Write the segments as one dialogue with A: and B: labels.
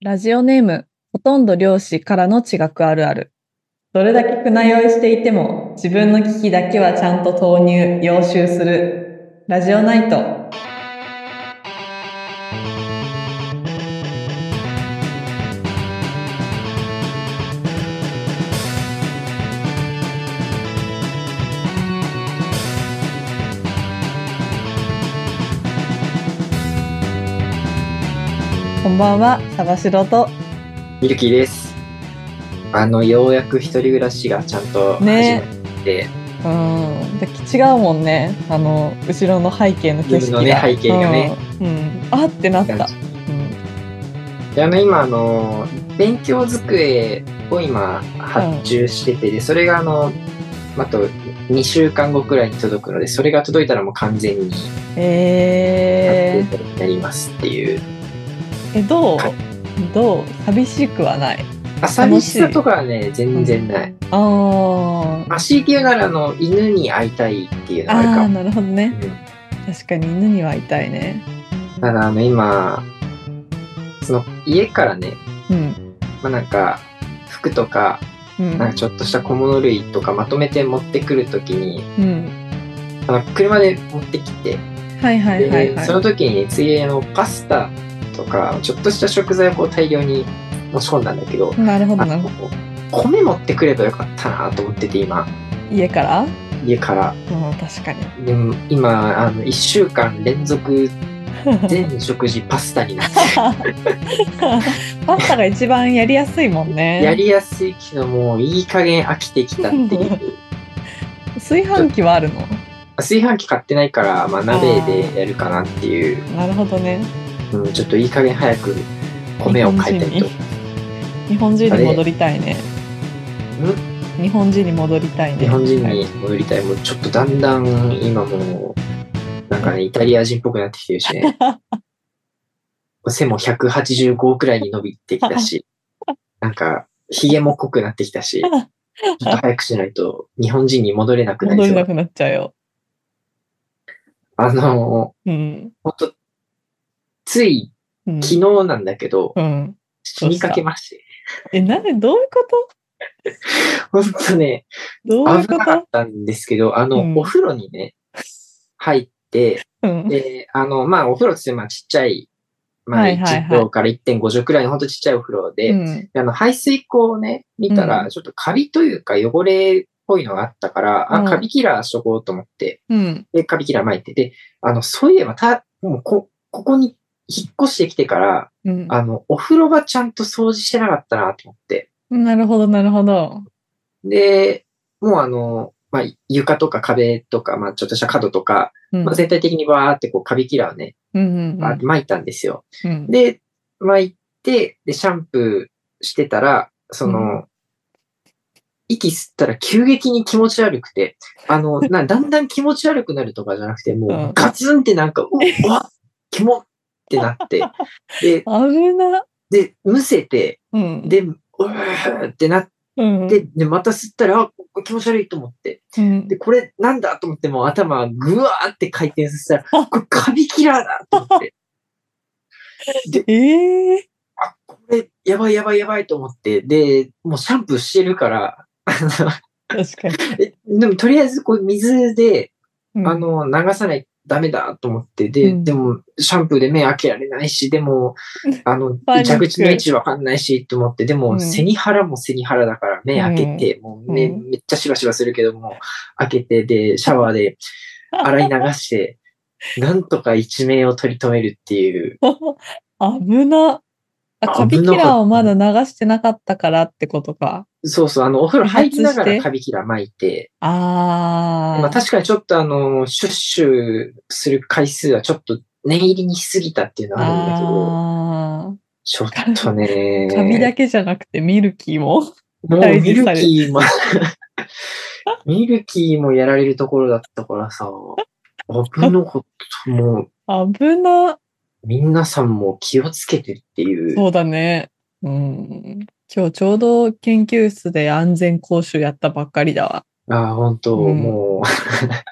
A: ラジオネーム、ほとんど漁師からの地学あるある。どれだけ船酔いしていても、自分の機器だけはちゃんと投入、要収する。ラジオナイト。こんばんは、サバシロと。
B: ミルキーです。あの、ようやく一人暮らしがちゃんと始ま
A: ね
B: って、
A: うん。で違うもんね。あの、後ろの背景の景色が。
B: 自分のね背景がね
A: うん。うん。あってなった。うん
B: で、あの、今、あの、勉強机を今、発注してて、で、それが、あの、あと2週間後くらいに届くので、それが届いたらもう完全にアッ
A: え
B: プデートになりますっていう。
A: ー、え、どう
B: はい
A: どう寂しくはない。
B: あ、寂しさとかはね、全然ない。
A: あー
B: まあ、強いて言うなら、あの、犬に会いたいっていうのがある
A: あ
B: か
A: ー、
B: も。
A: なるほどね。
B: うん
A: 確かに犬には痛いね。
B: ただ、あの、今、その、家からね、
A: うん。
B: まあ、なんか、服とか、
A: うん。
B: なんかちょっとした小物類とかまとめて持ってくるときに、
A: うん。
B: あの車で持ってきて、
A: はいはいはい
B: で
A: はい。
B: その時についでのパスタとか、ちょっとした食材をこう大量に持ち込んだんだけど、
A: なるほど
B: あ
A: なる
B: の
A: ほど。
B: 米持ってくればよかったなと思ってて今、
A: 家から
B: 家から。
A: うん、確 かに。
B: でも今、あの1週間連続全食事パスタに なってる
A: パスタが一番やりやすいもんね。
B: やりやすいけど、もういい加減飽きてきたって いう。
A: 炊飯器はあるの
B: 炊飯器買ってないから、まあ鍋でやるかなっていう。
A: なるほどね。
B: うん、ちょっといい加減早く米を買いたいと。
A: 日本人に戻りたいね。
B: ん
A: 日本人に戻りたいね。
B: 日本人に戻りたい。もうちょっとだんだん今もう、なんかね、イタリア人っぽくなってきてる しね。背も185くらいに伸びてき たし、なんか、髭も濃くなってきたし、ちょっと早くしないと日本人に戻れなくな
A: 戻れ
B: りそ
A: な
B: う。
A: くなっちゃうよ。
B: あの、
A: うん。
B: ほんと、つい
A: うん。
B: 昨日なんだけど、
A: うん、
B: 死にかけまして。
A: え、なんで、どういうこと
B: ほんとね、
A: どういう
B: 危
A: こ
B: なかっ
A: と
B: たんですけど、あの、
A: うん
B: お風呂にね、入って、
A: うん。
B: で、あの、まあ、お風呂っつって、まあ、ちっちゃい、まあ、
A: はいはいはい
B: 1畳から1.5畳くらいのほんとちっちゃいお風呂で、
A: うん
B: であの、排水口をね、見た
A: う
B: ら、ちょっとカビというか汚れっぽいのがあったから、
A: うん
B: あ、カビキラーしとこうと思って、
A: うん。
B: で、カビキラー巻いて、で、あの、そういえば、た、もう、こ、ここに引っ越してきてから、
A: うん。
B: あの、お風呂場ちゃんと掃除してなかったなと思って、
A: なるほど、なるほど。
B: で、もうあの、まあ、床とか壁とか、まあ、ちょっとした角とか、
A: うん。
B: まあ、全体的にバーってこう、カビキラーをね、
A: うんうん
B: バーって巻いたんですよ。
A: うん。
B: で、巻いて、で、シャンプーしてたら、その、
A: うん
B: 息吸ったら急激に気持ち悪くて、あ の、なだんだん気持ち悪くなるとかじゃなくて、
A: う
B: も
A: ん
B: うガツンってなんか、ううわ気もってなって、で、
A: 危な。
B: で、むせて、
A: うん。、
B: で、うーってなっ
A: うん。
B: て、で、また吸ったら、あ気持ち悪いと思って、
A: うん
B: で、これなんだと思ってもう頭ぐわーって回転させたら、これカビキラーだと思って、
A: ええ
B: あ、これやばいやばいやばいと思って、で、もうシャンプーしてるから、あ
A: 確かに。
B: のえでもとりあえずこう水で、
A: うん
B: あ、の、流さないとダメだと思って、で、
A: うん
B: でもシャンプーで目開けられないし、でも、あの
A: パニッ、ク
B: 蛇口の位置わかんないし、と思って、で
A: う
B: も
A: ん
B: 背に腹も背に腹だから目開けて、もう目
A: うん
B: めっちゃシワシワするけども、開けて、で、シャワーで、洗い流 して、なんとか一命を取り留めるっていう。
A: 危な。あ、カビキラーをまだ流してなかったからってことか。
B: そうそう、あの、お風呂入り
A: 揮
B: なが
A: 発し
B: ら
A: て
B: カビキラ巻いて、
A: あー。
B: まあ確かにちょっとあの、シュッシュする回数はちょっと念入りにしすぎたっていうのはあるんだけど、
A: あ
B: ちょっとね
A: ー。、カビだけじゃなくてミルキーも。
B: もう
A: 大
B: ミ
A: 事
B: ル
A: される
B: キーも、ミルキーもやられるところだったか らさ、僕のことも、
A: 危な。
B: 皆さんも気をつけてっていう。
A: そうだね。うん。今日ちょうど研究室で安全講習やったばっかりだわ。
B: ああ、本当、
A: うん
B: もう、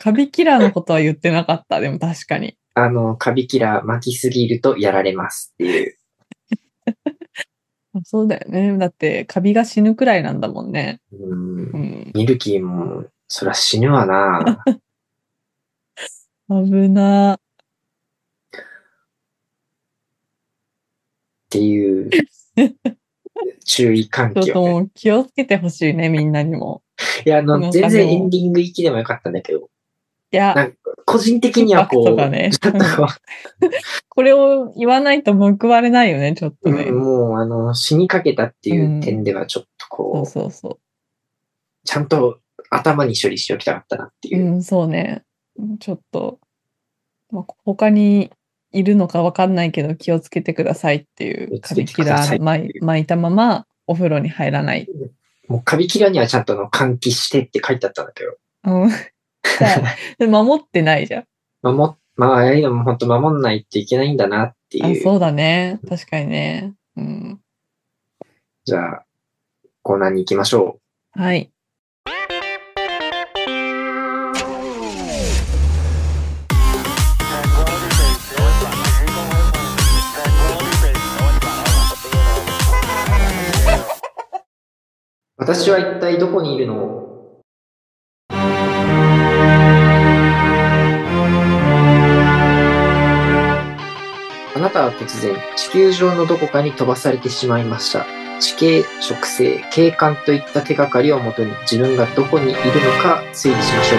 A: カビキラーのことは言ってなかった。でも確かに。
B: あの、カビキラー巻きすぎるとやられますっていう。
A: そうだよね。だって、カビが死ぬくらいなんだもんね。
B: うん
A: う。ん。
B: ミルキーも、そら死ぬわな。
A: 危な。
B: っていう 注意喚
A: ちょっ
B: 起
A: と
B: を、ね。
A: もう気をつけてほしいね、みんなにも。
B: いや、あ
A: この
B: の、全
A: 作業
B: 然エンディング行きでもよかったんだけど、
A: いや、
B: なんか個人的にはこ
A: インパクト
B: う、
A: がね
B: ちょっ と
A: これを言わないと報われないよね、ちょっとね。
B: うんもう、あの、死にかけたっていう点では、ちょっとこう、
A: そうそうそ
B: ちゃんと頭に処理しておきたかったなって
A: う。
B: いうう。
A: ん、そうね。ちょっと、まあ、他にいるのかわかんないけど、気をつけてくださいっていう、カビキラー巻い巻いたままお風呂に入らない。
B: もう、カビキラにはちゃんとあの換気してって書いてあったんだけど、
A: うん。 じゃあで守ってないじゃん。
B: 守っ、まあ、ああいうのも本当守んないといけないんだなって
A: あ
B: いう。
A: そうだね。確かにね。うん。
B: じゃあ、コーナーに行きましょう。
A: はい。
B: 私は一体どこにいるのあなたは突然地球上のどこかに飛ばされてしまいました。地形、植生、景観といった手がかりをもとに自分がどこにいるのか推理しましょう。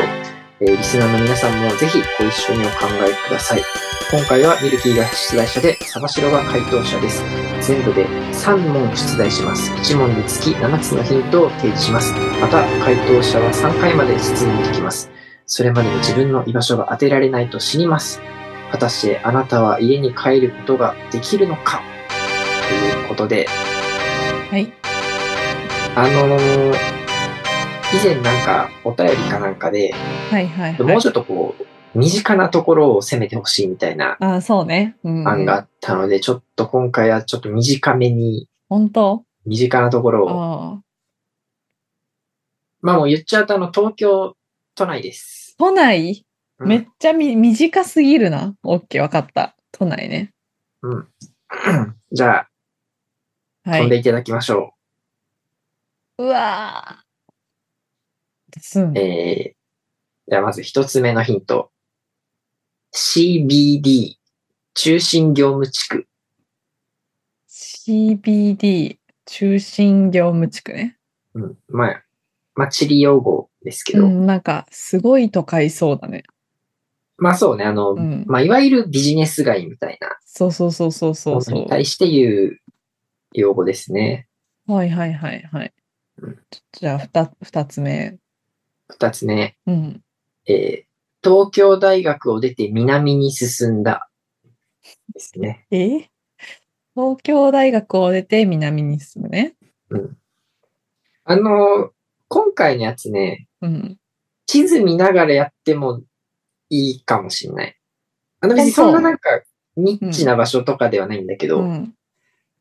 B: えーリスナーの皆さんもぜひご一緒にお考えください。今回はミルキーが出題者で、サバシロが回答者です。全部で3問出題します。1問につき7つのヒントを提示します。また、回答者は3回まで質問できます。それまでに自分の居場所が当てられないと死にます。果たしてあなたは家に帰ることができるのかということで、
A: はい。
B: あのー以前なんかお便りかなんかで、
A: はいはい、はい。
B: もうちょっとこう、身近なところを攻めてほしいみたいな
A: あそうね。うん。
B: 案があったので、ちょっと今回はちょっと短めに、
A: 本当
B: 身近なところを
A: ああ。
B: まあもう言っちゃうと、あの、東京都内です。
A: 都内
B: うん
A: めっちゃみ短すぎるな。オッケー、わかった。都内ね。
B: じゃあ、
A: は
B: 飛んで
A: い。
B: いただきましょ
A: うわーですん
B: う。えー、じゃあまず一つ目のヒント。CBD、中心業務地区。
A: CBD、中心業務地区ね。
B: うん、まあ、まあ、地理用語ですけ
A: う
B: ど、
A: ん、なんか、すごい都会そうだね。
B: まあそうね、あの、
A: うん。
B: まあいわゆるビジネス街みたいな
A: そうそうそうそうそ
B: も
A: う
B: の
A: そう
B: に。対して言う用語ですね。
A: はいはいはいはい
B: うん。
A: ちょじゃあ、ふた二つ目。
B: 二つ目、
A: うん。
B: えー、東京大学を出て南に進んだ。ですね。
A: え東京大学を出て南に進むね。
B: あの、今回のやつね、
A: うん。
B: 地図見ながらやってもいいかもしんない。あの別に
A: 本
B: そ
A: 当
B: んななんかニッチな場所とかではないんだけ
A: う
B: ど、
A: ん。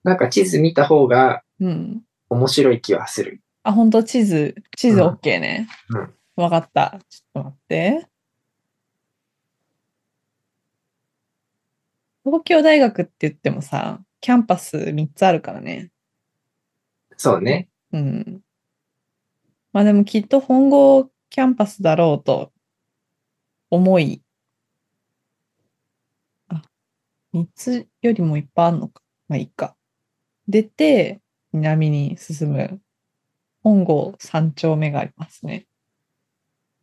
B: なんか地図見た方が
A: うん。
B: 面白い気はする。
A: あ、本当地図、地図
B: うん
A: OK ね。
B: うん
A: わかった。ちょっと待って。東京大学って言ってもさ、キャンパス3つあるからね。
B: そうね。
A: うん。まあでもきっと本郷キャンパスだろうと思い。あ、3つよりもいっぱいあるのか。まあいいか。出て、南に進む本郷3丁目がありますね。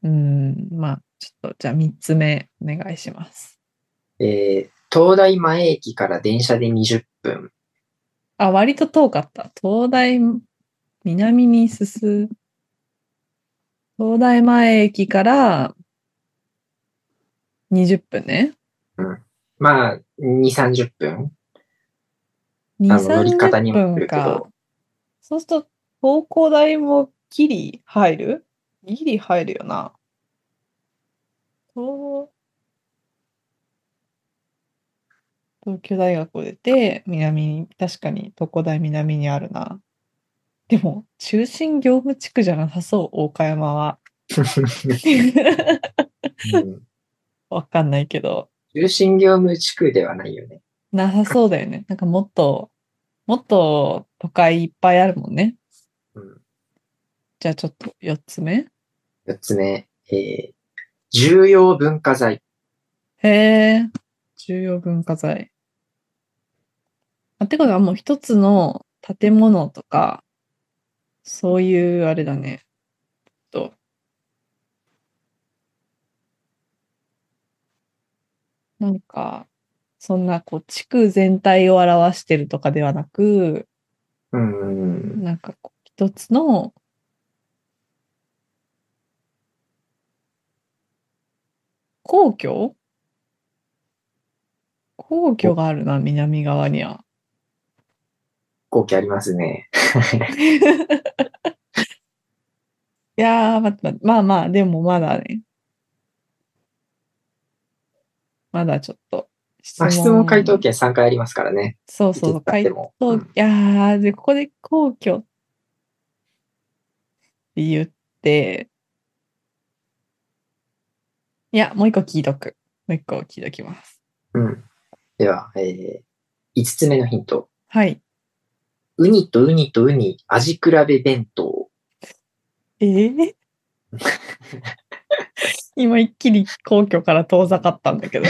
A: うん、まあちょっとじゃあ3つ目お願いします。
B: えー、東大前駅から電車で20分。
A: あ、割と遠かった。東大、南に進む。東大前駅から20分ね。
B: まあ、2、30分。
A: 2、
B: あの乗り方
A: 30
B: にもよ
A: 分
B: るけ
A: か
B: ど。
A: そうすると、東工大もギリ入るギリ入るよな。東東京大学を出て、南に、確かに東工大南にあるな。でも、中心業務地区じゃなさそう、大岡山は。
B: うん
A: わかんないけど。
B: 中心業務地区ではないよね。
A: なさそうだよね。なんかもっと、もっと都会いっぱいあるもんね。
B: うん
A: じゃあちょっと4つ目。
B: 四つ目、えー、重要文化財。
A: へえ、重要文化財。あってことはもう一つの建物とか、そういうあれだね。と。なんか、そんなこう地区全体を表してるとかではなく、
B: うん。
A: なんかこう一つの皇居皇居があるな、南側には。
B: 後期ありますね。
A: いやー、待って待ってまあまあ、でもまだね。まだちょっと質
B: まあ、質問回答権3回ありますからね。
A: そうそうそう、
B: いつだっ
A: 回
B: て
A: 答
B: も。
A: そううんいやー、で、ここで皇居って言って、いや、もう一個聞いとく。もう一個聞いときます。
B: うん。では、えー、5つ目のヒント。
A: はい。
B: ウニとウニとウニ、味比べ弁当。
A: え ー今一気に皇居から遠ざかったんだけど。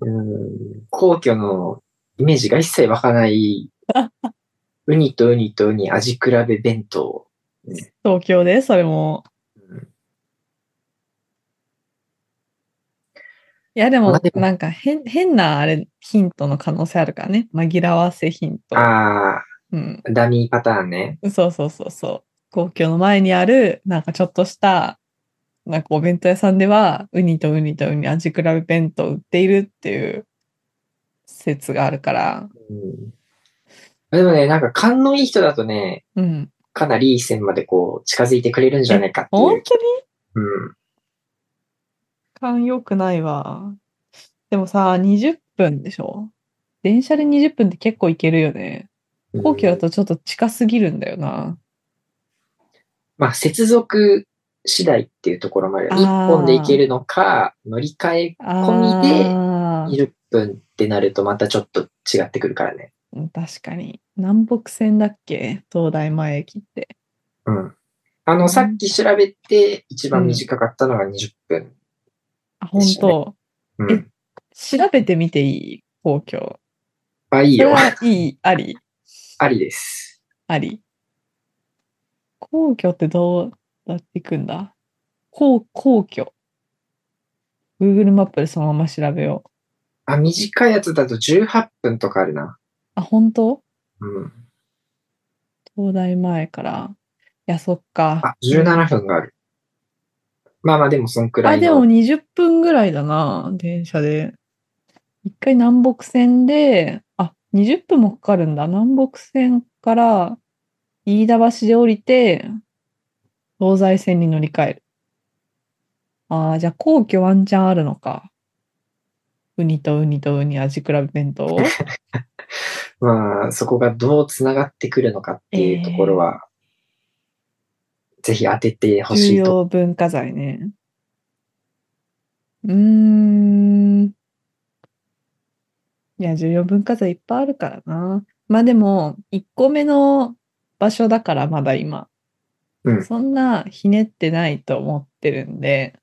B: うん。皇居のイメージが一切湧 かない。ウニとウニとウニ、味比べ弁当。
A: 東京でそれも。
B: うん
A: いや、で
B: ま
A: も
B: あで、も
A: なんか変、変なあれ、ヒントの可能性あるからね。紛らわせヒント。
B: あ
A: うん。
B: あ、ダミーパターンね。
A: そうそうそうそう。皇居の前にある、なんかちょっとした、なんかお弁当屋さんでは、ウニとウニとウニ味比べ弁当売っているっていう説があるから、
B: うん。でもね、なんか勘のいい人だとね、
A: うん。
B: かなりいい線までこう、近づいてくれるんじゃないかってい
A: 本
B: う。
A: 当に
B: うん。
A: 感良くないわ。でもさ、20分でしょ電車で20分って結構いけるよね。皇居だとちょっと近すぎるんだよな。
B: まあ、接続次第っていうところまで、
A: あー
B: 一本で行けるのか、乗り換え込みで
A: あー
B: 20分ってなるとまたちょっと違ってくるからね。
A: うん確かに。南北線だっけ東大前駅って。
B: うん。あ
A: う
B: の、
A: ん
B: さっき調べて一番短かったのが20分。
A: あ、本
B: です
A: 当。
B: うん。
A: え調べてみていい皇居。
B: あ、いい
A: それ
B: よ。
A: はいい、あり、
B: ありです。
A: あり。皇居ってどうなっていくんだ皇皇居。Google マップでそのまま調べよう。
B: あ、短いやつだと18分とかあるな。
A: あ、本当
B: うん。
A: 東大前から。いや、そっか。
B: あ、17分がある。まあまあ、でもそんくら
A: あ、
B: い
A: でも
B: の。
A: 20分ぐらいだな、電車で。一回南北線で、あ、20分もかかるんだ。南北線から飯田橋で降りて、東西線に乗り換える。ああ、じゃあ皇居ワンチャンあるのか。ウニとウニとウニ味比べ弁当を
B: まあ、そこがどう繋がってくるのかっていうところは、ぜひ当ててほ
A: 重
B: しいと
A: 要文化財ね。うーん。いや、重要文化財いっぱいあるからな。まあでも、1個目の場所だから、まだ今。
B: うん
A: そんなひねってないと思ってるんで。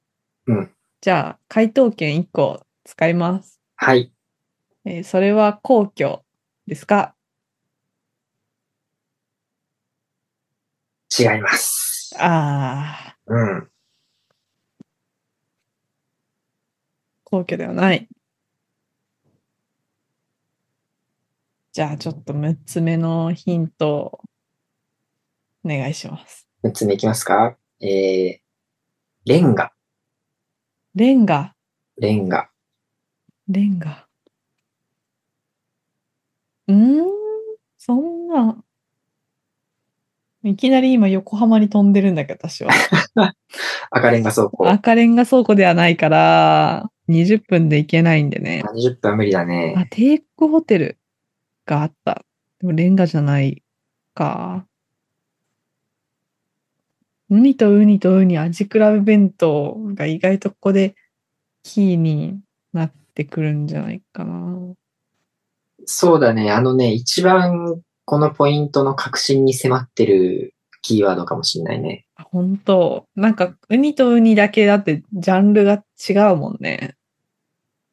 B: うん
A: じゃあ、回答権1個使います。
B: はい。
A: えーそれは皇居ですか
B: 違います。
A: ああ、
B: うん。
A: 皇居ではない。じゃあちょっと6つ目のヒントをお願いします。
B: 6つ目いきますか。えー、レンガ。
A: レンガ、
B: レンガ。
A: レンガ。うーん、そんな。いきなり今横浜に飛んでるんだけど、私は。
B: 赤レンガ倉庫。
A: 赤レンガ倉庫ではないから、20分で行けないんでね。
B: 70分は無理だ
A: あ、
B: ね。
A: 帝国ホテルがあった。でもレンガじゃないか。ウニとウニとウニ味比べ弁当が意外とここでキーになってくるんじゃないかな。
B: そうだね。あのね、一番このポイントの核心に迫ってるキーワードかもしれないね。
A: あ本当なんか、ウニとウニだけだってジャンルが違うもんね。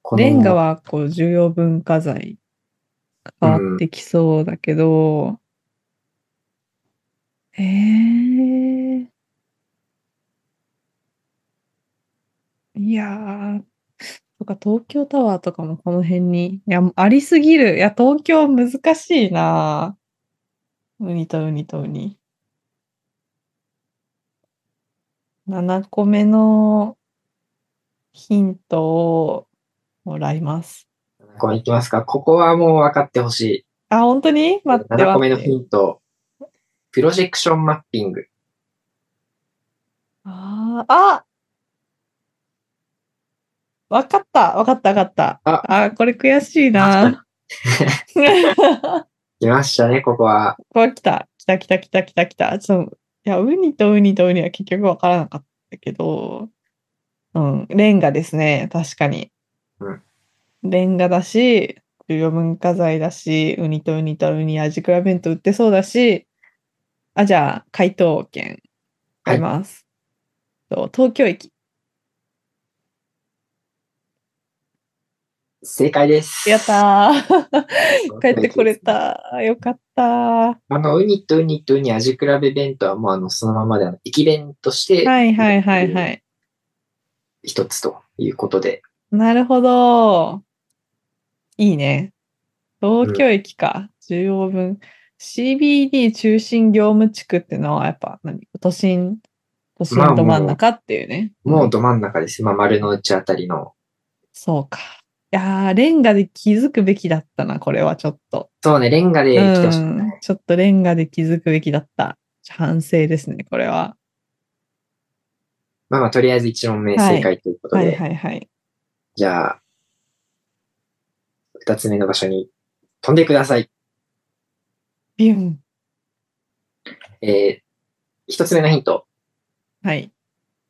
B: この
A: レンガはこう重要文化財変わってきそうだけど、ええーいやー、とか東京タワーとかもこの辺に、いや、ありすぎる。いや、東京難しいなウニとウニとウニ。7個目のヒントをもらいます。
B: これいきますか。ここはもう分かってほしい。
A: あ、本当に待って
B: 7個目の
A: 待っ
B: ヒ
A: て。
B: ント。プロジェクションマッピング。
A: あーあわかった、わかった、わかった。
B: あ
A: あーこれ悔しいな。
B: 来ましたね、ここは。
A: これ来た、来た、来た、来た、来た、来た。そういや、ウニとウニとウニは結局わからなかったけど、うん、レンガですね、確かに。
B: うん
A: レンガだし、重要文化財だし、ウニとウニとウニ味比べんと売ってそうだし、あ、じゃあ、回答権あります。と東京駅。
B: 正解です。
A: やった ー帰ってこれ
B: そういうことで
A: た。よかった。
B: す。あの、ウニとウニとウニ味比べ弁当はもうあの、そのままであの、駅弁として
A: はいはいはいはい。
B: 一つということで。
A: なるほど。いいね。東京駅か。中央分。CBD 中心業務地区ってのはやっぱ何都心、都心
B: まあもう
A: ど真ん中っていうね。
B: もうど真ん中です。まあ、丸の内あたりの。
A: そうか。いやー、レンガで気づくべきだったな、これはちょっと。
B: そうね、レンガで来てほしい、
A: うん。ちょっとレンガで気づくべきだった。反省ですね、これは。
B: まあまあ、とりあえず1問目
A: はい
B: 正解ということ
A: は
B: で。
A: いはいはい。
B: じゃあ、2つ目の場所に飛んでください。
A: ビュン。
B: えー、1つ目のヒント。
A: はい。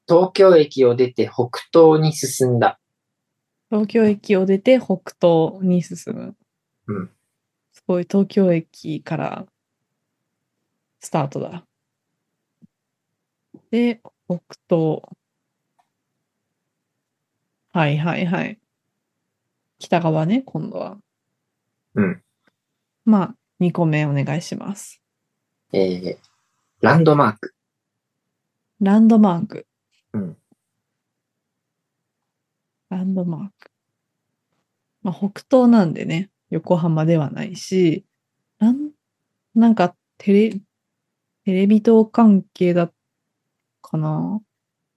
B: 東京駅を出て北東に進んだ。
A: 東京駅を出て北東に進む。
B: うん
A: すごい、東京駅からスタートだ。で、北東。はいはいはい。北側ね、今度は。
B: うん。
A: まあ、2個目お願いします。
B: えー、ランドマーク。
A: ランドマーク。
B: うん。
A: ランドマーク。まあ、北東なんでね、横浜ではないし、なん、なんかテレ、テレビ塔関係だかな。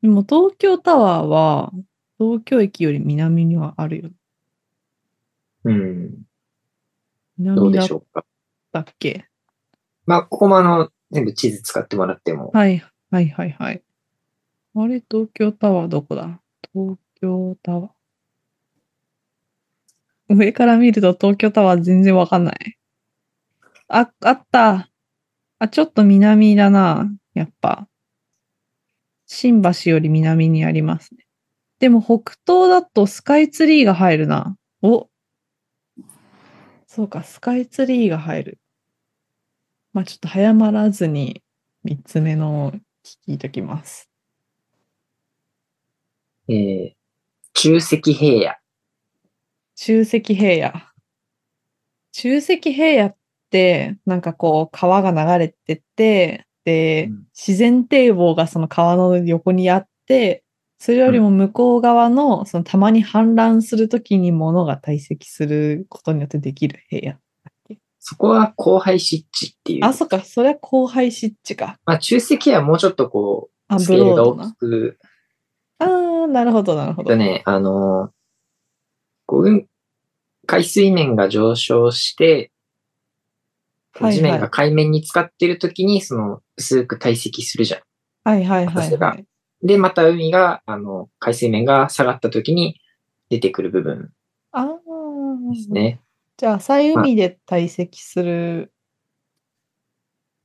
A: でも東京タワーは、東京駅より南にはあるよ。
B: うん。どう
A: 南
B: で
A: だっ
B: しょうか。
A: たっけ
B: まあ、ここもあの、全部地図使ってもらっても。
A: はい、はい、はい、はい。あれ、東京タワーどこだ東京タワー。上から見ると東京タワー全然わかんない。あ、あった。あ、ちょっと南だな。やっぱ。新橋より南にありますね。でも北東だとスカイツリーが入るな。おそうか、スカイツリーが入る。まあちょっと早まらずに三つ目の聞いときます。
B: えー、中石平野。
A: 中石平野。中石平野って、なんかこう、川が流れてて、で、
B: うん
A: 自然堤防がその川の横にあって、それよりも向こう側の、そのたまに氾濫するときに物が堆積することによってできる平
B: そこは荒廃湿地っていう。
A: 野。あ、そっか、それは荒廃湿地か。
B: まあ、中石平野はもうちょっとこ
A: あ、
B: う、ス
A: ブ
B: ケー
A: ロー
B: ルが
A: ド
B: 大
A: な
B: き。く、
A: あー、なるほど、なる
B: え
A: ほ
B: っと
A: ど。
B: ね、あのーこう、うん海水面が上昇して、こう
A: はいはい
B: 地面が海面に浸かってるときに、その、薄く堆積するじゃん。
A: はいはいはい、
B: 私
A: は
B: が
A: い。
B: で、また海が、あの、海水面が下がったときに出てくる部分
A: あ
B: です
A: ー、
B: ね。
A: じゃあ、浅い海で堆積する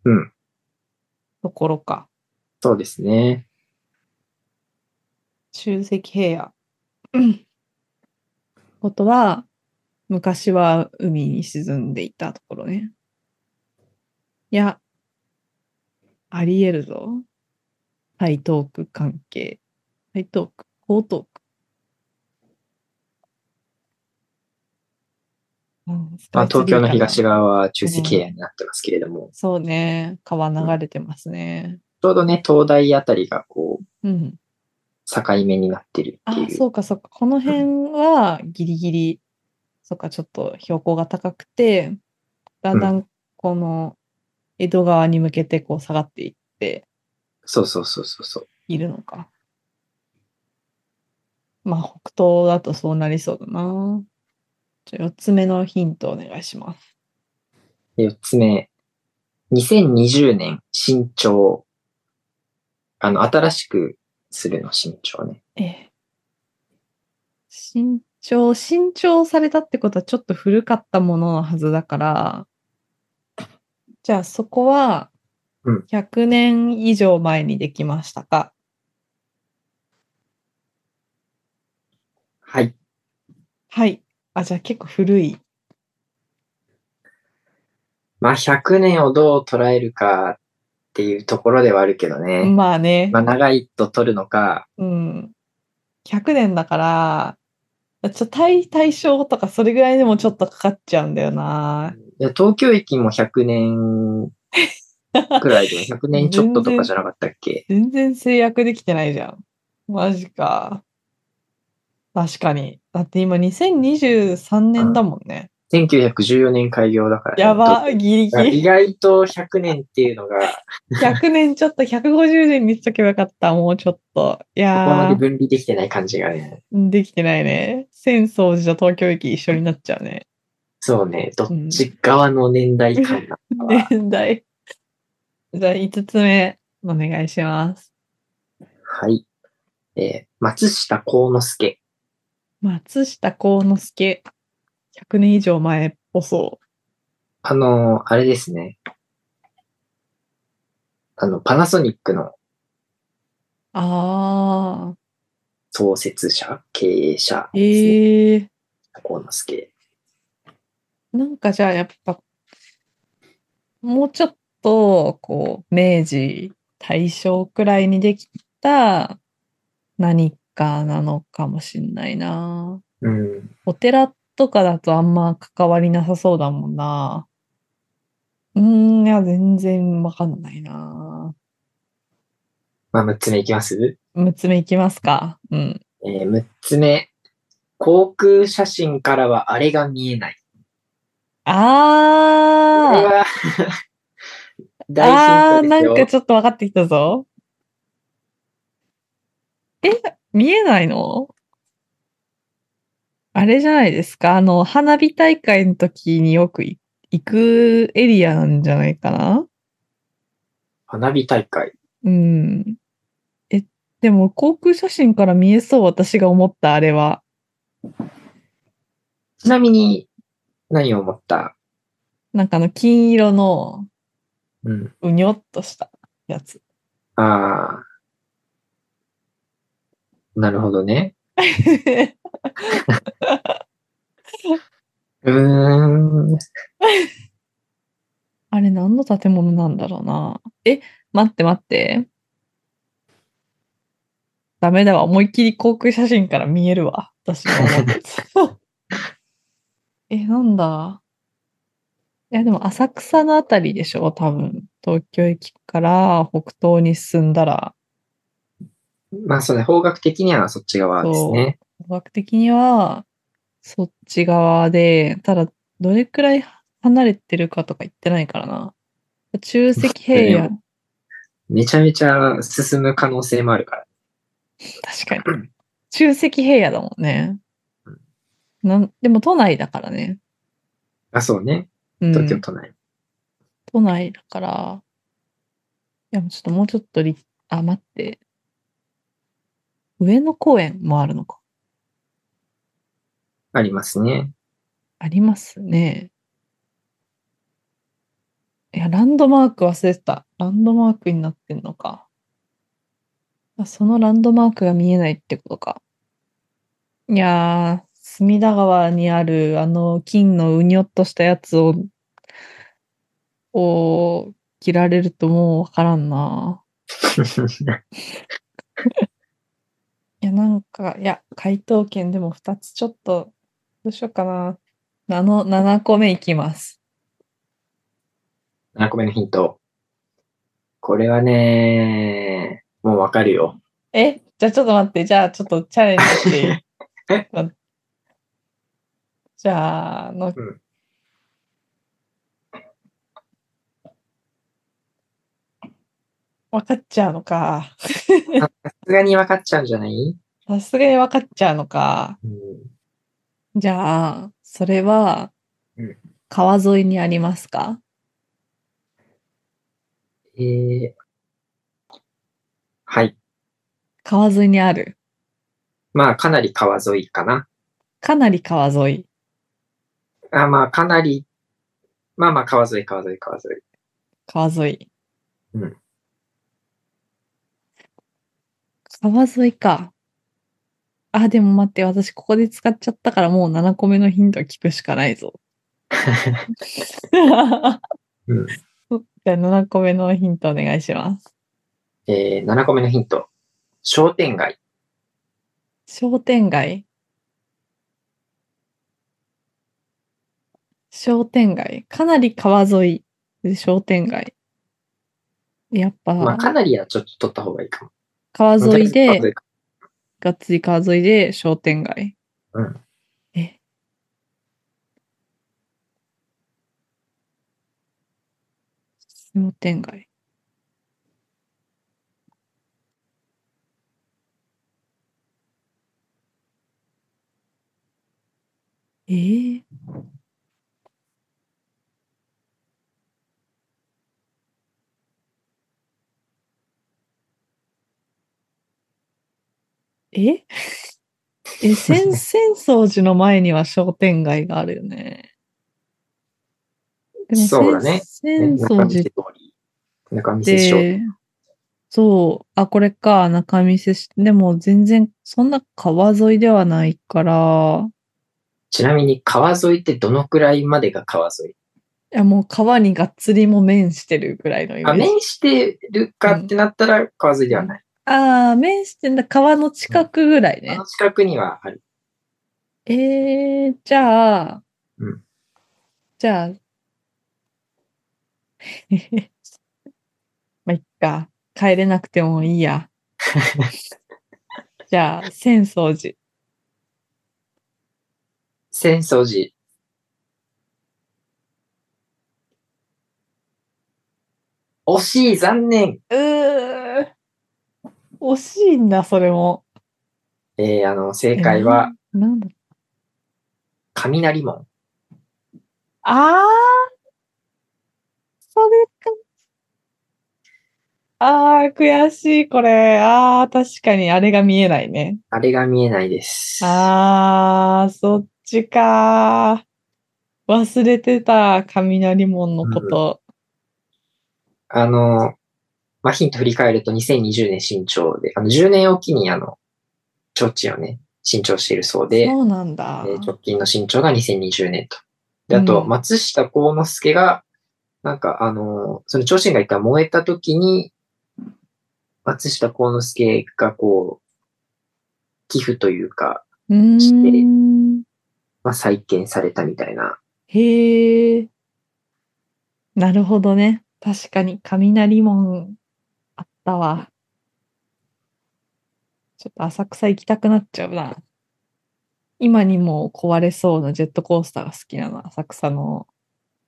B: うん。
A: ところか。
B: そうですね。
A: 中石平野。うんことは、昔は海に沈んでいたところね。いや、あり得るぞ。台東区関係。台東区、江東区。うん
B: まあ、東京の東側は中石エアになってますけれども、
A: そうね。川流れてますね。
B: ちょうどね、東大あたりがこう、
A: うん。
B: 境目になってるって
A: あ、
B: いう。
A: そうか、そうか。この辺はギリギリ、そうか、ちょっと標高が高くて、だんだんこの江戸川に向けてこう下がっていって
B: そうそうそうそうそう。
A: いるのか。まあ、北東だとそうなりそうだな。じゃ4つ目のヒントお願いします。
B: で四つ目。2020年、新潮。あの、新しくするの、新潮ね。
A: ええ。新調、新調されたってことはちょっと古かったもののはずだから、じゃあそこは
B: うん、
A: 100年以上前にできましたか、
B: はい。
A: はい。あ、じゃあ結構古い。
B: まあ、100年をどう捉えるかっていうところではあるけどね。
A: まあね
B: ま。あ、長いと取るのか、
A: うん。100年だから、ちょ対対象とかそれぐらいでもちょっとかかっちゃうんだよな。
B: いや東京駅も100年 くらいで、100年ちょっととかじゃなかったっけ
A: 全然制約できてないじゃん。マジか。確かに。だって今2023年だもんね。
B: ?1914 年開業だからね、
A: やば、
B: 東
A: ギリ
B: 京意
A: ギリ。
B: 外と100年っていうのが、
A: 100年ちょっと150年にしとけばよかった。もうちょっと。い
B: ここま
A: や
B: で
A: ー、
B: 分離できてない感じがね。
A: できてないね。浅草寺と東京駅一緒になっちゃうね。
B: そうね、どっち側の年代 感なのかは
A: 年代。じゃあ5つ目、お願いします。
B: はい。えー松下幸之助。
A: 松下幸之助。100年以上前っぽそう。
B: あのーあれですね。あの、パナソニックの
A: あ
B: 創設者、経営者
A: ー、
B: ですね。
A: えー。
B: 幸之助。
A: なんかじゃあやっぱもうちょっとこう明治大正くらいにできた何かなのかもしんないな
B: うん。
A: お寺とかだとあんま関わりなさそうだもんなうーんいや全然わかんないな
B: まあ、6つ目いきます
A: 6つ目いきますかうん
B: えー、6つ目。航空写真からはあれが見えない。これ
A: あー あ
B: は
A: ー
B: 大ヒントで
A: な
B: す
A: ん
B: よ。
A: かちょっとわかってきたぞえ見えないのあれじゃないですかあの花火大会の時によくい行くエリアなんじゃないかな
B: 花火大会。
A: うんえでも航空写真から見えそう私が思ったあれは
B: ちなみに、何を思った
A: なんかあの金色の
B: うん。
A: うにょっとしたやつ
B: ああ。なるほどね。うーん。
A: あれ何の建物なんだろうな。え、待って待って。ダメだわ。思いっきり航空写真から見えるわ。私の思ったやつえ、なんだいや、でも浅草のあたりでしょ多分。東京駅から北東に進んだら、
B: まあそうね、方角的にはそっち側ですね。
A: 方角的にはそっち側で、ただ、どれくらい離れてるかとか言ってないからな。中石平野。
B: めちゃめちゃ進む可能性もあるから。
A: 確かに。中石平野だもんね。なんでも都内だからね。
B: あ、そうね。
A: うん、
B: 東京都内。
A: 都内だから。いや、ちょっともうちょっとり、あ、待って。上野公園もあるのか。
B: ありますね。
A: ありますね。いや、ランドマーク忘れてた。ランドマークになってんのか。あそのランドマークが見えないってことか。いやー、隅田川にあるあの金のうにょっとしたやつを、を切られるともうわからんな。いや、なんか、いや、回答権でも2つちょっと、どうしようかな。あの、7個目いきます。
B: 7個目のヒント。これはね、もうわかるよ。
A: えじゃあちょっと待って、じゃあちょっとチャレンジして いい
B: え
A: まじゃあ、の、
B: ん
A: 分かっちゃうのか。
B: さすがにわかっちゃうんじゃない、
A: さすがに分かっちゃうのか。
B: うん、
A: じゃあ、それは
B: うん、
A: 川沿いにありますか
B: えー、はい。
A: 川沿いにある。
B: まあ、かなり川沿いかな。
A: かなり川沿い。
B: あまあ、かなり、まあまあ、川沿い、川沿い、川沿い。
A: 川沿い。
B: うん。
A: 川沿いか。あ、でも待って、私ここで使っちゃったからもう7個目のヒント聞くしかない ぞ。
B: うん
A: じゃあ7個目のヒントお願いします。
B: えー、7個目のヒント。商店街。
A: 商店街商店街。かなり川沿いで商店街。やっ
B: まあ、
A: ぱ
B: かなりはちょっと取った方がいいかも。
A: 川沿いで
B: 川、沿いか
A: がっつり川沿いで商店街。
B: うん。
A: え。商店街。えー、え え、浅草寺の前には商店街があるよね。でも
B: そうだね
A: 浅
B: ね
A: 草寺っ
B: 中見世通り。中見世商店
A: で、そう、あ、これか、中見せし、でも全然、そんな川沿いではないから、
B: ちなみに川沿いってどのくらいまでが川沿
A: い
B: い
A: や、もう川にがっつりも面してるぐらいのイメ
B: あ、
A: ージ。
B: 面してるかってなったら川沿いではない。
A: ああ、面してんだ、川の近くぐらい
B: あ
A: ね
B: の。近くにはある。
A: えー、じゃあ、
B: うん
A: じゃあ、 まあ、いっか、帰れなくてもいい や。じゃあ、浅草寺。
B: 浅草寺。惜しい、残念。
A: うー惜しいんだ、それも。
B: えー、あの、正解は、
A: えー。なんだ
B: 雷門。
A: あーそれか。あー、悔しい、これ。あー、確かにあれが見えないね。
B: あれが見えないです。
A: あー、そっちかー。忘れてた、雷門のこと。
B: あの、まあ、ヒント振り返ると2020年新潮で、あの、10年おきにあの、提灯をね、新潮しているそうで、
A: そうなんだ
B: え。ー直近の新潮が2020年と。で、あと、
A: うん
B: 松下幸之助が、なんか、あのーその朝鮮が一回燃えた時に、松下幸之助がこう、寄付というか、
A: うーん。
B: まあ、再建されたみたいな。
A: へえ。なるほどね。確かに雷門あったわ。ちょっと浅草行きたくなっちゃうな。今にも壊れそうなジェットコースターが好きなの。浅草の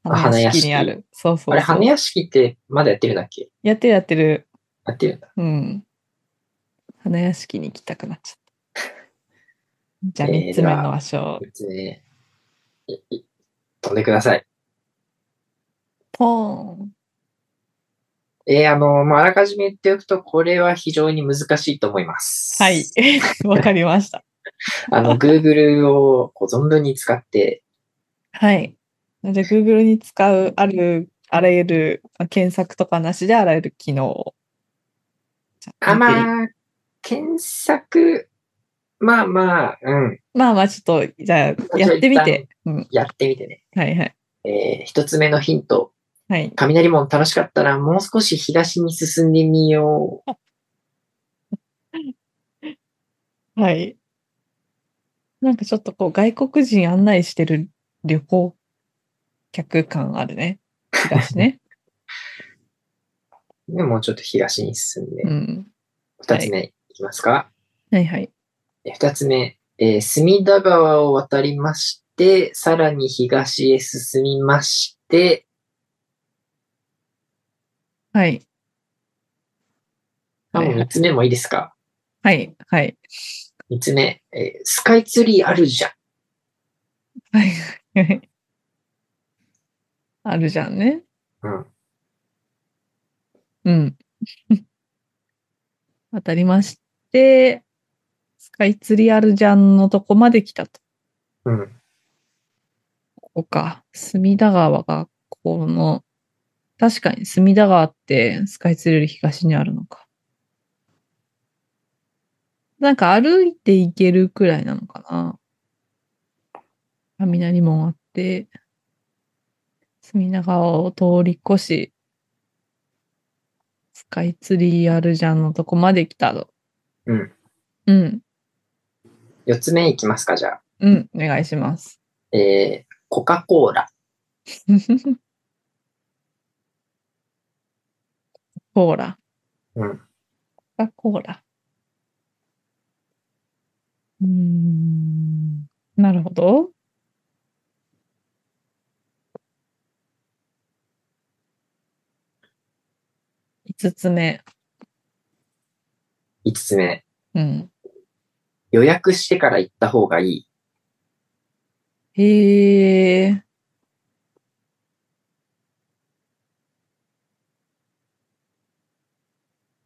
B: あ
A: 花屋敷にあ
B: 花屋敷
A: る。そうそうそう。
B: あれ、花屋敷ってまだやってるんだっけ
A: やってるやってる。
B: やってるんだ。
A: うん。花屋敷に行きたくなっちゃ った。じゃあ
B: えー
A: 3つ目の場所。
B: 別に、いい飛んでください。
A: ポーン。
B: えーあのーまあ、あらかじめ言っておくと、これは非常に難しいと思います。
A: はい。。 わかりました。
B: あの、Google をこう存分に使って、
A: はい。じゃあ、Google に使うある、あらゆるあ検索とかなしであらゆる機能を。じゃ
B: あ、
A: 見ていい
B: まあ、検索、まあまあ、うん、
A: まあまあ、ちょっと、じゃあ、やってみて。うん。
B: やってみてね。
A: はいはい。
B: えー一つ目のヒント。
A: はい。
B: 雷門楽しかったら、もう少し東に進んでみよう。
A: はい。なんかちょっとこう、外国人案内してる旅行客感あるね。だしね。
B: でもうちょっと東に進んで
A: う。ん。
B: 二つ目いきますか。
A: はいはい。
B: え二つ目、えー隅田川を渡りまして、さらに東へ進みまして、
A: はい。
B: あ、もう
A: はいはい
B: 三つ目もいいですか
A: はい。はい。
B: 三つ目、えースカイツリーあるじゃん。
A: はいはい。 あるじゃんね。
B: うん。
A: うん。 渡りまして、スカイツリーあるじゃんのとこまで来たと。
B: うん。
A: ここか。隅田川が、この、確かに隅田川ってスカイツリーより東にあるのか。なんか歩いて行けるくらいなのかな。雷門あって、隅田川を通り越し、スカイツリーあるじゃんのとこまで来たぞ。
B: うん。
A: うん。
B: 四つ目いきますか、じゃあ。
A: うん。お願いします。
B: えーコカ・コーラ。
A: コーラ。
B: うん。
A: コカ・コーラ。うーん。なるほど。五つ目。
B: 五つ目、
A: うん。
B: 予約してから行った方がいい。
A: へえ。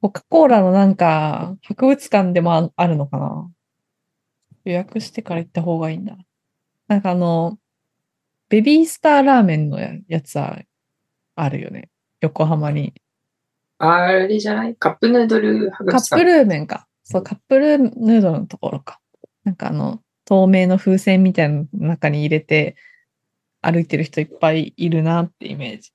A: コカ・コーラのなんか、博物館でもああるのかな予約してから行った方がいいんだ。なんかあの、ベビースターラーメンのややつはあるよね。横浜に。
B: あれじゃないカップヌードル博
A: カ
B: 物
A: ップ
B: 館。
A: ルーメンか。そう、カップルーヌードルのところか。なんかあの、透明の風船みたいなの中に入れて歩いてる人いっぱいいるなってイメージ。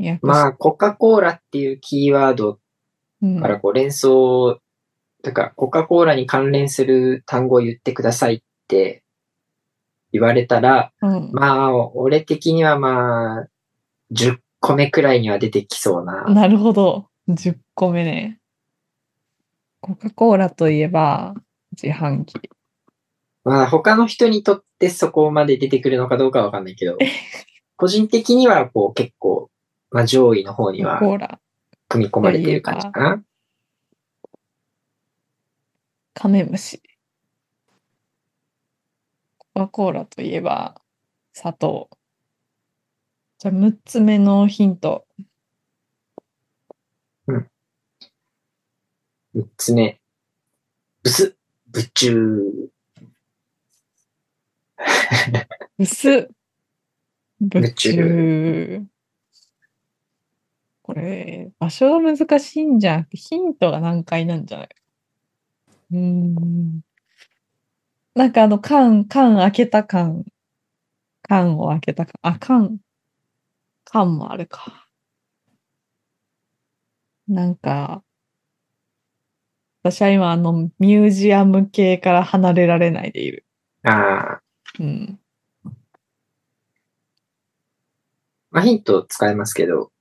A: いや、
B: まあ、コカ・コーラっていうキーワード
A: うん、
B: からこう連想、だからコカ・コーラに関連する単語を言ってくださいって言われたら、
A: うん
B: まあ、俺的にはまあ、10個目くらいには出てきそうな。
A: なるほど。10個目ね。コカ・コーラといえば自販機。
B: まあ、他の人にとってそこまで出てくるのかどうかはわかんないけど、 個人的にはこう結構、まあ上位の方には
A: コーラ、
B: 組み込まれている感じかな。
A: カメムシ。コカ・コーラといえば砂糖。じゃあ6つ目のヒント。
B: 3つ目。ブス、ブチュー。
A: 薄ぶ
B: ちゅ
A: ちゅう。これ、場所が難しいんじゃなくて、ヒントが難解なんじゃないうーん。なんかあの、缶、缶開けた缶。缶を開けた缶。あ、缶。缶もあるか。なんか、私は今あの、ミュージアム系から離れられないでいる。
B: ああ。
A: うん。
B: まあヒント使えますけど、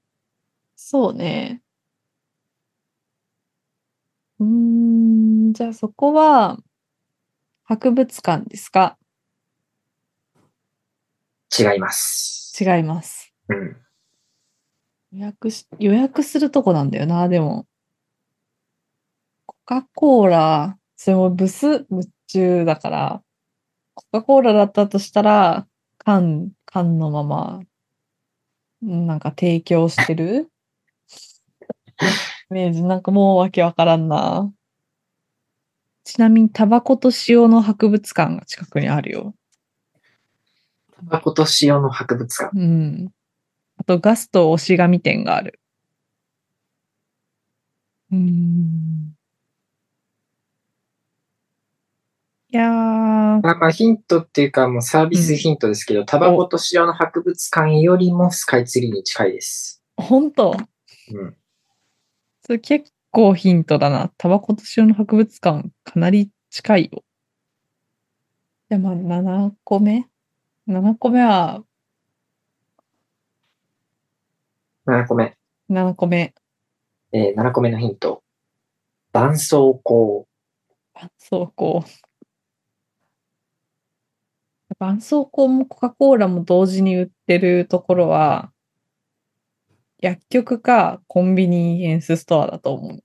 A: そうね。うーん、じゃあそこは、博物館ですか
B: 違います。
A: 違います。
B: うん。
A: 予約し、予約するとこなんだよな、でも。コカ・コーラ、それもブス、ブッチューだから、コカ・コーラだったとしたら、缶、缶のまま、なんか提供してるイメージ、なんかもうわけわからんな。ちなみに、タバコと塩の博物館が近くにあるよ。
B: タバコと塩の博物館。
A: うん。あと、ガスと押し紙店がある。うーん。いやー、
B: まあまあヒントっていうかもうサービスヒントですけど、タバコと塩の博物館よりもスカイツリーに近いです。
A: 本当
B: うん。
A: それ結構ヒントだな。タバコと塩の博物館、かなり近いよ。じゃあまあ、7個目 ?7 個目は、
B: 7個目。
A: 7個目。
B: えー、7個目のヒント。絆創膏。
A: 絆創膏。絆創膏もコカ・コーラも同時に売ってるところは、薬局かコンビニエンスストアだと思う。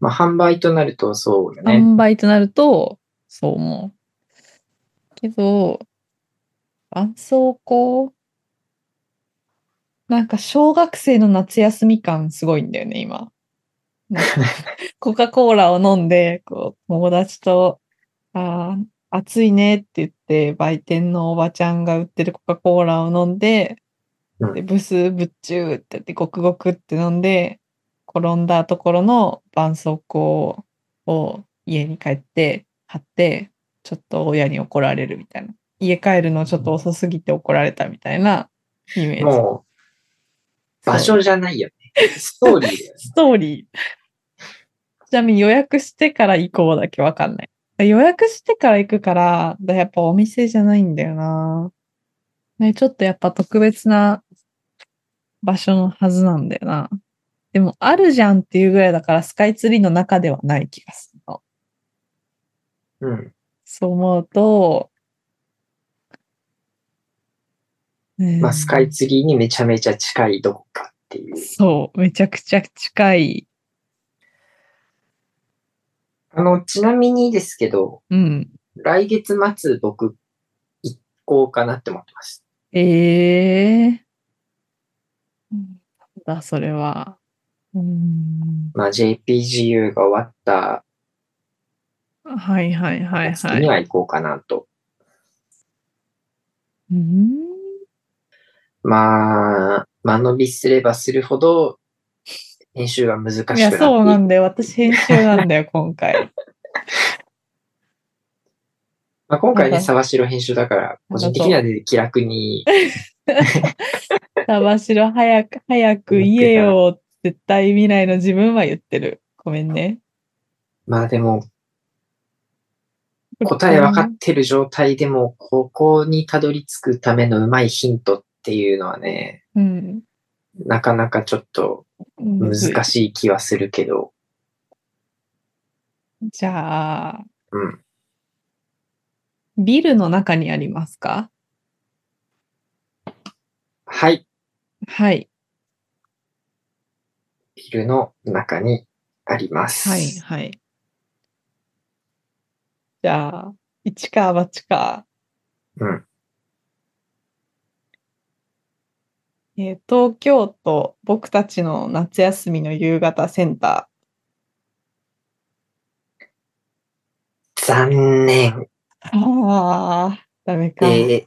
B: まあ、販売となるとそうよね。
A: 販売となると、そう思う。けど、絆創膏なんか小学生の夏休み感すごいんだよね、今。なんかコカ・コーラを飲んで、こう、友達と、あー暑いねって言って、売店のおばちゃんが売ってるコカ・コーラを飲んで、
B: うん
A: でブスブッチューってやって、ゴクゴクって飲んで、転んだところの絆創膏を家に帰って貼って、ちょっと親に怒られるみたいな。家帰るのちょっと遅すぎて怒られたみたいなイメージ。
B: もう、場所じゃないよね。ストーリーだよね。
A: ストーリー。ちなみに予約してから行こうだけわかんない。予約してから行くから、だやっぱお店じゃないんだよな。ね、ちょっとやっぱ特別な場所のはずなんだよな。でもあるじゃんっていうぐらいだからスカイツリーの中ではない気がするの。
B: うん。
A: そう思うと、ね
B: まあ、スカイツリーにめちゃめちゃ近いどこかっていう。
A: そう、めちゃくちゃ近い。
B: あの、ちなみにですけど、
A: うん。
B: 来月末僕、行こうかなって思ってます。
A: ええうんなんだ、それは。うん。
B: まあ、JPGU が終わった
A: はいはいはい
B: 月
A: は
B: に
A: い。
B: は行こうかなと。
A: うん。
B: まあ、間延びすればするほど、編集が難しくな
A: い
B: ってい
A: や、
B: く
A: そうなんだよ。私、編集なん だよ、今回。
B: まあ、今回
A: なん
B: ね、
A: か
B: 沢城編集だから、個人的にはね気楽に、
A: 玉城、早く、早く言えよ。絶対未来の自分は言ってる。ごめんね。
B: まあでも、答え分かってる状態でも、ここにたどり着くためのうまいヒントっていうのはね、
A: うん。
B: なかなかちょっと
A: むずい
B: 難しい気はするけど、
A: じゃあ、
B: うん。
A: ビルの中にありますか
B: はい、
A: はい。
B: ビルの中にあります。
A: はい、はい。じゃあ、一か八か。
B: うん。
A: えー東京都僕たちの夏休みの夕方センタ
B: 残念。
A: ー。ああ、ダメか。
B: えー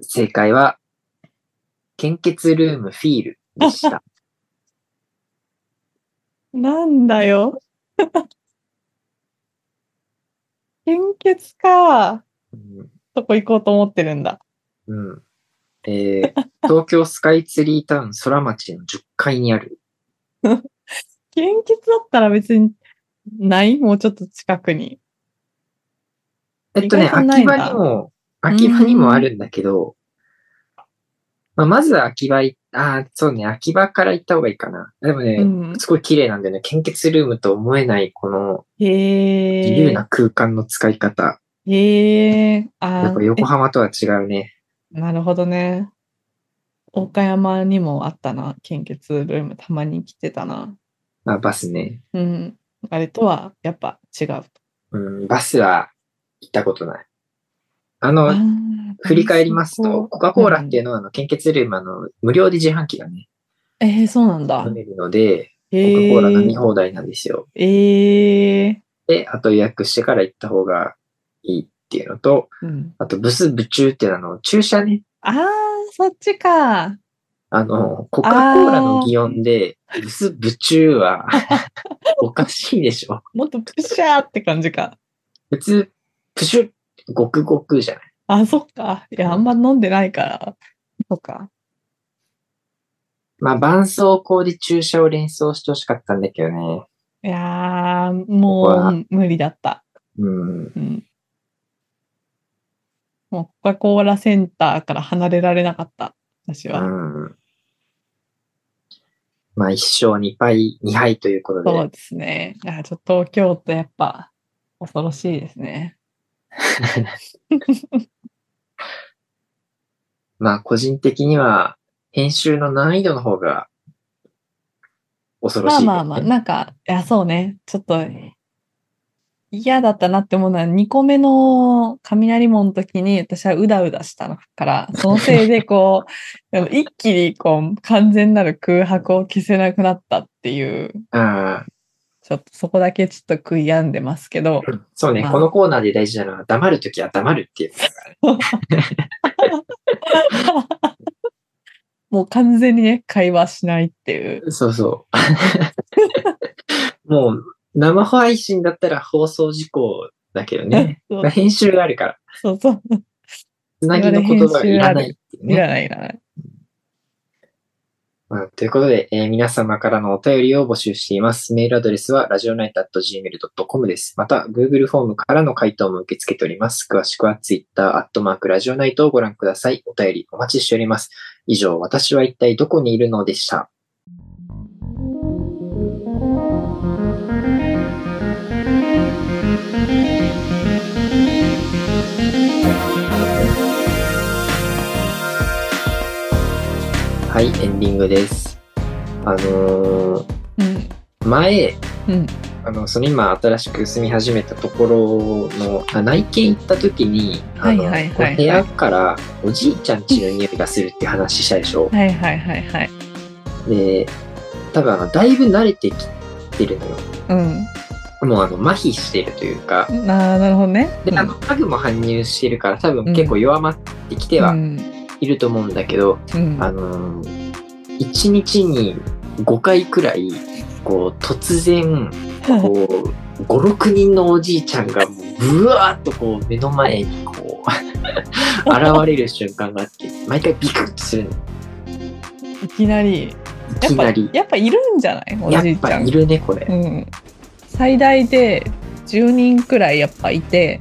B: 正解は、献血ルームフィールで した。
A: なんだよ。 献血か。
B: うん
A: そこ行こうと思ってるんだ。
B: うん。えー東京スカイツリータウン空町の10階にある。
A: 献血だったら別にないもうちょっと近くに。
B: えっとね、
A: 意外とな
B: 秋
A: いな
B: 葉にも、秋葉にもあるんだけど、まあ、まずは秋葉い、ああ、そうね、秋葉から行った方がいいかな。でもね、
A: うん。
B: すごい綺麗なんだよね。献血ルームと思えない、この自
A: へ
B: 由
A: え。
B: な空間の使い方。
A: へえ。あ
B: やっぱ
A: ー
B: 横浜とは違うね。
A: なるほどね。岡山にもあったな。献血ルームたまに来てたな。
B: まあ、バスね。
A: うん。あれとはやっぱ違うと。
B: うん、バスは行ったことない。あ
A: あ
B: の、
A: ー
B: 振り返ります
A: 絆創
B: と、
A: 膏
B: コカ・コーラっていうのは、あの献血ルーム、あの、無料で自販機がね、
A: えー、そうなんだ
B: 飲。めるので、
A: へ
B: コカ・コ
A: え
B: ーラ飲み放題なんですよ。
A: ええ
B: で、あと予約してから行った方がいいっていうのと、
A: うん、
B: あとブスブチューっていうのは、注射ね、
A: ああ、そっちか。
B: あの、コカ・コーラの擬音で、ブスブチューは おかしいでしょ。
A: もっとプシャーって感じか。
B: 普通、プシュッ、ごくごくじゃない
A: あ、そっか。いや、あんま飲んでないから。そっか。
B: まあ、絆創膏で注射を連想してほしかったんだけどね。
A: いやー、
B: ここは
A: もう無理だった。
B: うん。
A: うん。もう、コカ・コーラセンターから離れられなかった。私は。
B: うん。まあ、一勝二敗、二敗ということで。
A: そうですね。いや、ちょっと東京都やっぱ恐ろしいですね。
B: まあ、個人的には、編集の難易度の方が、恐ろ
A: ま
B: し
A: あ
B: い、
A: まあまあ、なんか、いや、そうね。ちょっと、嫌だったなって思うのは、2個目の雷門の時に、私はうだうだしたのから、そのせいで、こう、 でも一気に、こう、完全なる空白を消せなくなったっていう、
B: あ
A: ちょっとそこだけちょっと悔やんでますけ ど、
B: あそうね、
A: まあ
B: このコーナーで大事なのは、黙るときは黙るっていう。
A: もう完全にね、会話しないって いう。
B: そうそう。 もう、生配信だったら放送事項だけどね。
A: そう
B: まあ編集があるから、
A: そうそう。
B: つなぎの言葉がいらないっていう
A: い
B: ね。
A: らないいらない。
B: まあ、ということで、えー皆様からのお便りを募集しています。メールアドレスは、ラジオナイト .gmail.com です。また、Google フォームからの回答も受け付けております。詳しくは Twitter、アットマーク、ラジオナイトをご覧ください。お便りお待ちしております。以上、私は一体どこにいるのでした。はい、エンディングです。あのー前、
A: うん。うん。
B: あの、その今新しく住み始めたところの、あ内見行った時に、あの、
A: はいはいはいはい
B: こう部屋からおじいちゃん家の匂いがするって話したでしょ。
A: はいはいはいはい。
B: で、多分あの、だいぶ慣れてきてるのよ。
A: うん。
B: もうあの、麻痺してるというか、
A: ああ、なるほどね。
B: で、
A: うん
B: あの、家具も搬入してるから多
A: うん
B: 分結構弱まってきて
A: う
B: は
A: ん
B: いると思うんだけど、
A: うん
B: あのー、1日に5回くらい、こう、突然、こう56人のおじいちゃんがぶわーっとこう目の前にこう 現れる瞬間があって毎回ビクッとするの
A: いきなり
B: い
A: や
B: き
A: っぱ
B: なり
A: やっぱいるんじゃないお
B: や
A: じい
B: っ
A: ちゃ
B: ぱ
A: ん
B: いるねこれ
A: うん、最大で10人くらいやっぱいて、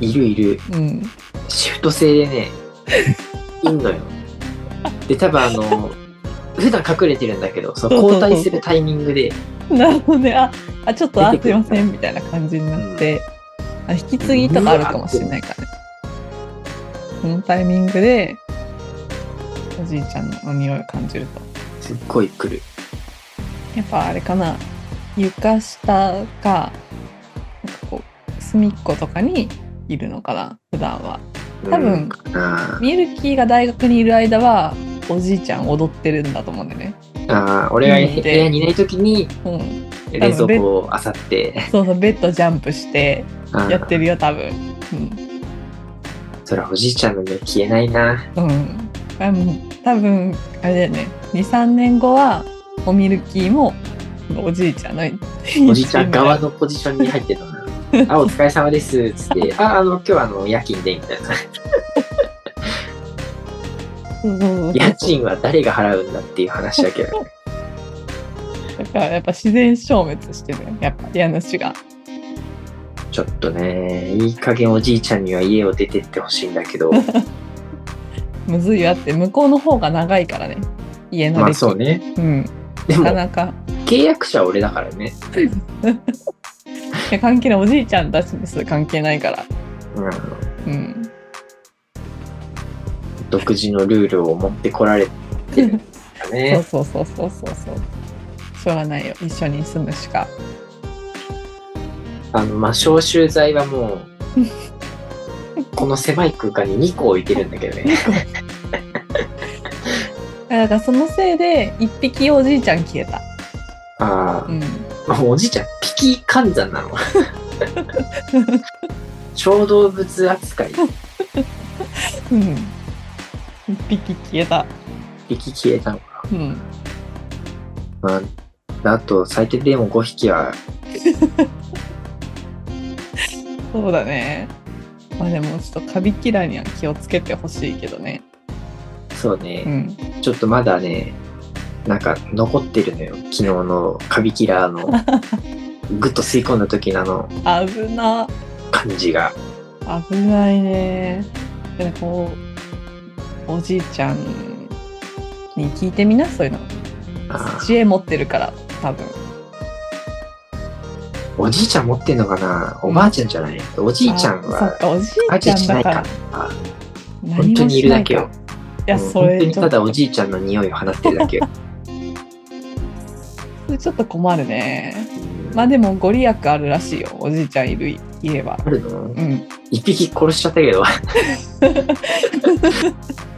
B: いるいる
A: うん、
B: シフト制で ねいんのよで多分あの普段隠れてるんだけどその交代するタイミングで
A: なるほどねああちょっとあ
B: 出
A: す
B: て
A: い
B: くる
A: ませんみたいな感じになって、あ引き継ぎとかあるかもしれないからねそのタイミングでおじいちゃんの匂いを感じると
B: すっごい来る
A: やっぱあれかな床下かなんかこう隅っことかにいるのかな普段は多分
B: うんあ
A: ミルキーが大学にいる間はおじいちゃん踊ってるんだと思うんだよね。
B: ーあー俺が部屋にいない時に
A: うん、
B: 冷蔵庫を漁って
A: そうそうベッドジャンプして
B: あー
A: やってるよ多分。
B: そりゃおじいちゃんの目消えないな
A: うん、うん、あもう多分あれだよね23年後はおミルキーもおじいちゃんの
B: おじいちゃん側のポジションに入って たな。あ、お疲れ様です。つって、あ、あの、今日はあの、夜勤で、みたい な。
A: そうそうそう
B: 家賃は誰が払うんだっていう話だけど、
A: だからやっぱ自然消滅してるよやっぱ家主が。
B: ちょっとね、いい加減おじいちゃんには家を出てってほしいんだけど、
A: むずいよだって向こうの方が長いからね家の歴、
B: まあそうね。
A: うん、
B: で
A: なか
B: も、
A: なか。
B: 契約者は俺だからね。
A: いや関係ないおじいちゃんたちです関係ないから、
B: うん。
A: うん、
B: 独自のルールを持ってこられてるんだ
A: そう
B: ね。
A: そうそうそうそうそうしょうがないよ一緒に住むし か
B: あの、まあ、消臭剤はもう、この狭い空間に2個置いてるんだけど ね。
A: だからそのせいで一匹おじいちゃん消えた、
B: ああ
A: う。ん、
B: あおじいちゃん、ピキ換算なの。小動物扱い。
A: うん一匹消えた、
B: ピキ消えたの。
A: うん、
B: まあ、あと、最低でも5匹は、
A: そうだね。まあでもちょっとカビキラーには気をつけてほしいけどね。
B: そう
A: う
B: ね、
A: ん。
B: ちょっとまだね、なんか残ってるのよ。昨日のカビキラ ーの、ぐっと吸い込んだ時のあの
A: 危な。
B: 感じが。
A: 危ないね。でこう、おじいちゃんに聞いてみな、そういうの。
B: あー
A: 知恵持ってるから、多分。
B: おじいちゃん持ってんのかなおばあちゃんじゃない、おじいちゃん
A: あそっ
B: は、
A: か、おじ
B: あ
A: い
B: い
A: ちゃ
B: ちゃん
A: ん
B: じゃな
A: だ
B: い
A: から
B: か。。あ
A: 何
B: 本
A: も
B: 当にい
A: し
B: る
A: ないか
B: だけ
A: ら。い
B: よ。
A: や、
B: うん
A: それ
B: 本当に
A: ちょ
B: た
A: っ
B: だ
A: と
B: おじいちゃんの匂いを放ってるだけ。
A: それちょっと困るね。
B: うん
A: まあでも、ご利益あるらしいよ、おじいちゃんいる、いれば。
B: あるの
A: うん。
B: 一匹殺しちゃったけ ど。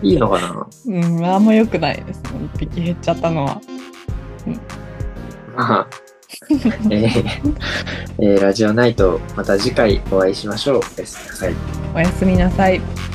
B: いいのかな
A: うん、あんま良くないですね。一匹減っちゃったのは。
B: まあ、えーえーラジオナイト、また次回お会いしましょう。おやすみなさい。
A: おやすみなさい。